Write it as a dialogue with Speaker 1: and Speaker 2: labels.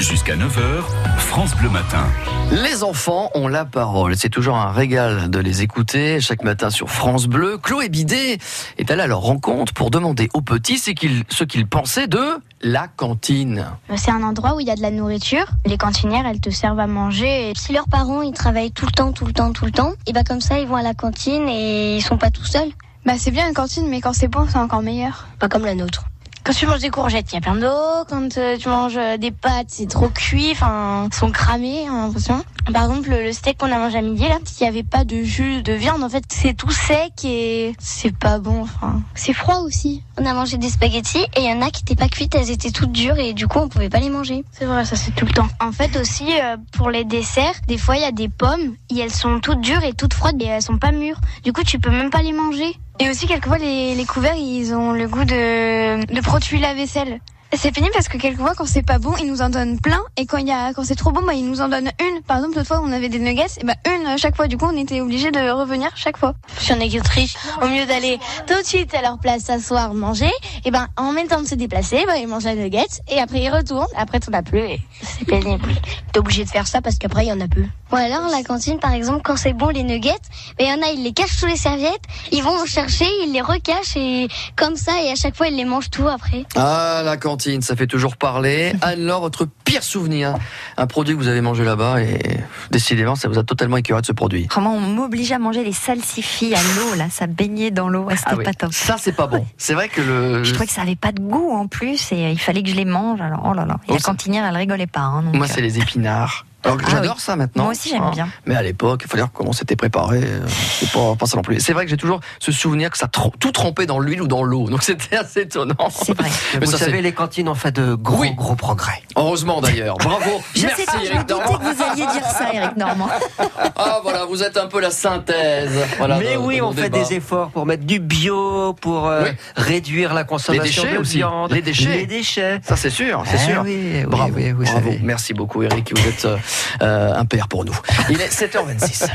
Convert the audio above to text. Speaker 1: Jusqu'à 9h, France Bleu Matin.
Speaker 2: Les enfants ont la parole. C'est toujours un régal de les écouter chaque matin sur France Bleu. Chloé Bidet est allée à leur rencontre pour demander aux petits ce qu'ils ce qu'ils pensaient de la cantine.
Speaker 3: C'est un endroit où il y a de la nourriture. Les cantinières, elles te servent à manger. Et
Speaker 4: Si leurs parents ils travaillent tout le temps, tout le temps, tout le temps, et bah comme ça ils vont à la cantine et ils sont pas tout seuls.
Speaker 3: Bah c'est bien une cantine, mais quand c'est bon, c'est encore meilleur.
Speaker 4: Pas comme la nôtre. Quand tu manges des courgettes, il y a plein d'eau. Quand euh, tu manges euh, des pâtes, c'est trop cuit. Enfin, ils sont cramés, on a l'impression. Par exemple, le steak qu'on a mangé à midi, là, s'il n'y avait pas de jus de viande, en fait, c'est tout sec et c'est pas bon. Enfin,
Speaker 3: C'est froid aussi.
Speaker 4: on a mangé des spaghettis et il y en a qui n'étaient pas cuites, elles étaient toutes dures et du coup, on pouvait pas les manger.
Speaker 3: C'est vrai, ça c'est tout le temps.
Speaker 4: En fait aussi euh, pour les desserts, des fois il y a des pommes, et elles sont toutes dures et toutes froides et elles sont pas mûres. Du coup tu peux même pas les manger. Et aussi quelquefois les, les couverts ils ont le goût de, de produits lave-vaisselle.
Speaker 3: C'est pénible parce que quelquefois quand c'est pas bon, ils nous en donnent plein et quand il y a quand c'est trop bon, bah ils nous en donnent une. Par exemple, l'autre fois on avait des nuggets, et bah une à chaque fois. Du coup, on était obligé de revenir chaque fois.
Speaker 4: Si on est riche, au mieux d'aller tout de suite à leur place s'asseoir manger, et ben en même temps de se déplacer,
Speaker 5: bah,
Speaker 4: ben, ils mangent la nugget et après ils retournent. Après t'en as plus et c'est pénible. T'es obligé de faire ça parce qu'après il y en a plus.
Speaker 5: Ou alors la cantine, par exemple, quand c'est bon les nuggets, mais il y en a, ils les cachent sous les serviettes, ils vont chercher, ils les recachent et comme ça, et à chaque fois, ils les mangent tout après.
Speaker 2: Ah, la cantine, ça fait toujours parler. Alors, votre pire souvenir, un produit que vous avez mangé là-bas et décidément, ça vous a totalement écœuré de ce produit.
Speaker 6: Vraiment, on m'obligeait à manger les salsifis à l'eau, là, ça baignait dans l'eau, Ouais, c'était
Speaker 2: Ah oui,
Speaker 6: pas top.
Speaker 2: Ça, c'est pas bon.
Speaker 6: Ouais.
Speaker 2: C'est vrai que le.
Speaker 6: Je trouvais que ça avait pas de goût en plus et euh, il fallait que je les mange. Alors oh là là, et
Speaker 2: Oh,
Speaker 6: la
Speaker 2: ça-
Speaker 6: cantinière elle rigolait pas. hein, donc,
Speaker 2: Moi,
Speaker 6: euh,
Speaker 2: c'est les épinards. Alors que
Speaker 6: Ah
Speaker 2: j'adore ça maintenant.
Speaker 6: Moi aussi j'aime
Speaker 2: hein.
Speaker 6: bien.
Speaker 2: Mais à l'époque, il fallait voir comment c'était préparé. euh, C'est pas, pas ça non plus. C'est vrai que j'ai toujours ce souvenir que ça tro- tout trempait dans l'huile ou dans l'eau. Donc c'était assez étonnant.
Speaker 6: C'est vrai.
Speaker 2: Mais
Speaker 7: vous
Speaker 2: ça,
Speaker 7: savez,
Speaker 2: c'est-
Speaker 7: les cantines ont fait de gros,
Speaker 2: Oui.
Speaker 7: gros progrès.
Speaker 2: Heureusement d'ailleurs. Bravo.
Speaker 6: Je
Speaker 2: Merci
Speaker 6: sais pas, je me
Speaker 2: Eric Dorman.
Speaker 6: doutais que vous alliez dire ça, Eric Normand.
Speaker 2: Ah voilà, vous êtes un peu la synthèse. Voilà,
Speaker 7: Mais
Speaker 2: de- de
Speaker 7: oui,
Speaker 2: mon
Speaker 7: on fait
Speaker 2: débat.
Speaker 7: des efforts pour mettre du bio, pour euh,
Speaker 2: Oui.
Speaker 7: réduire la consommation
Speaker 2: Les déchets
Speaker 7: de
Speaker 2: aussi.
Speaker 7: viande,
Speaker 2: Les déchets.
Speaker 7: les déchets.
Speaker 2: Ça c'est sûr, c'est
Speaker 7: Eh
Speaker 2: sûr.
Speaker 7: oui, oui,
Speaker 2: bravo,
Speaker 7: oui, vous
Speaker 2: bravo.
Speaker 7: savez.
Speaker 2: Merci beaucoup Eric, vous êtes euh, euh, un père pour nous. Il est 7h26.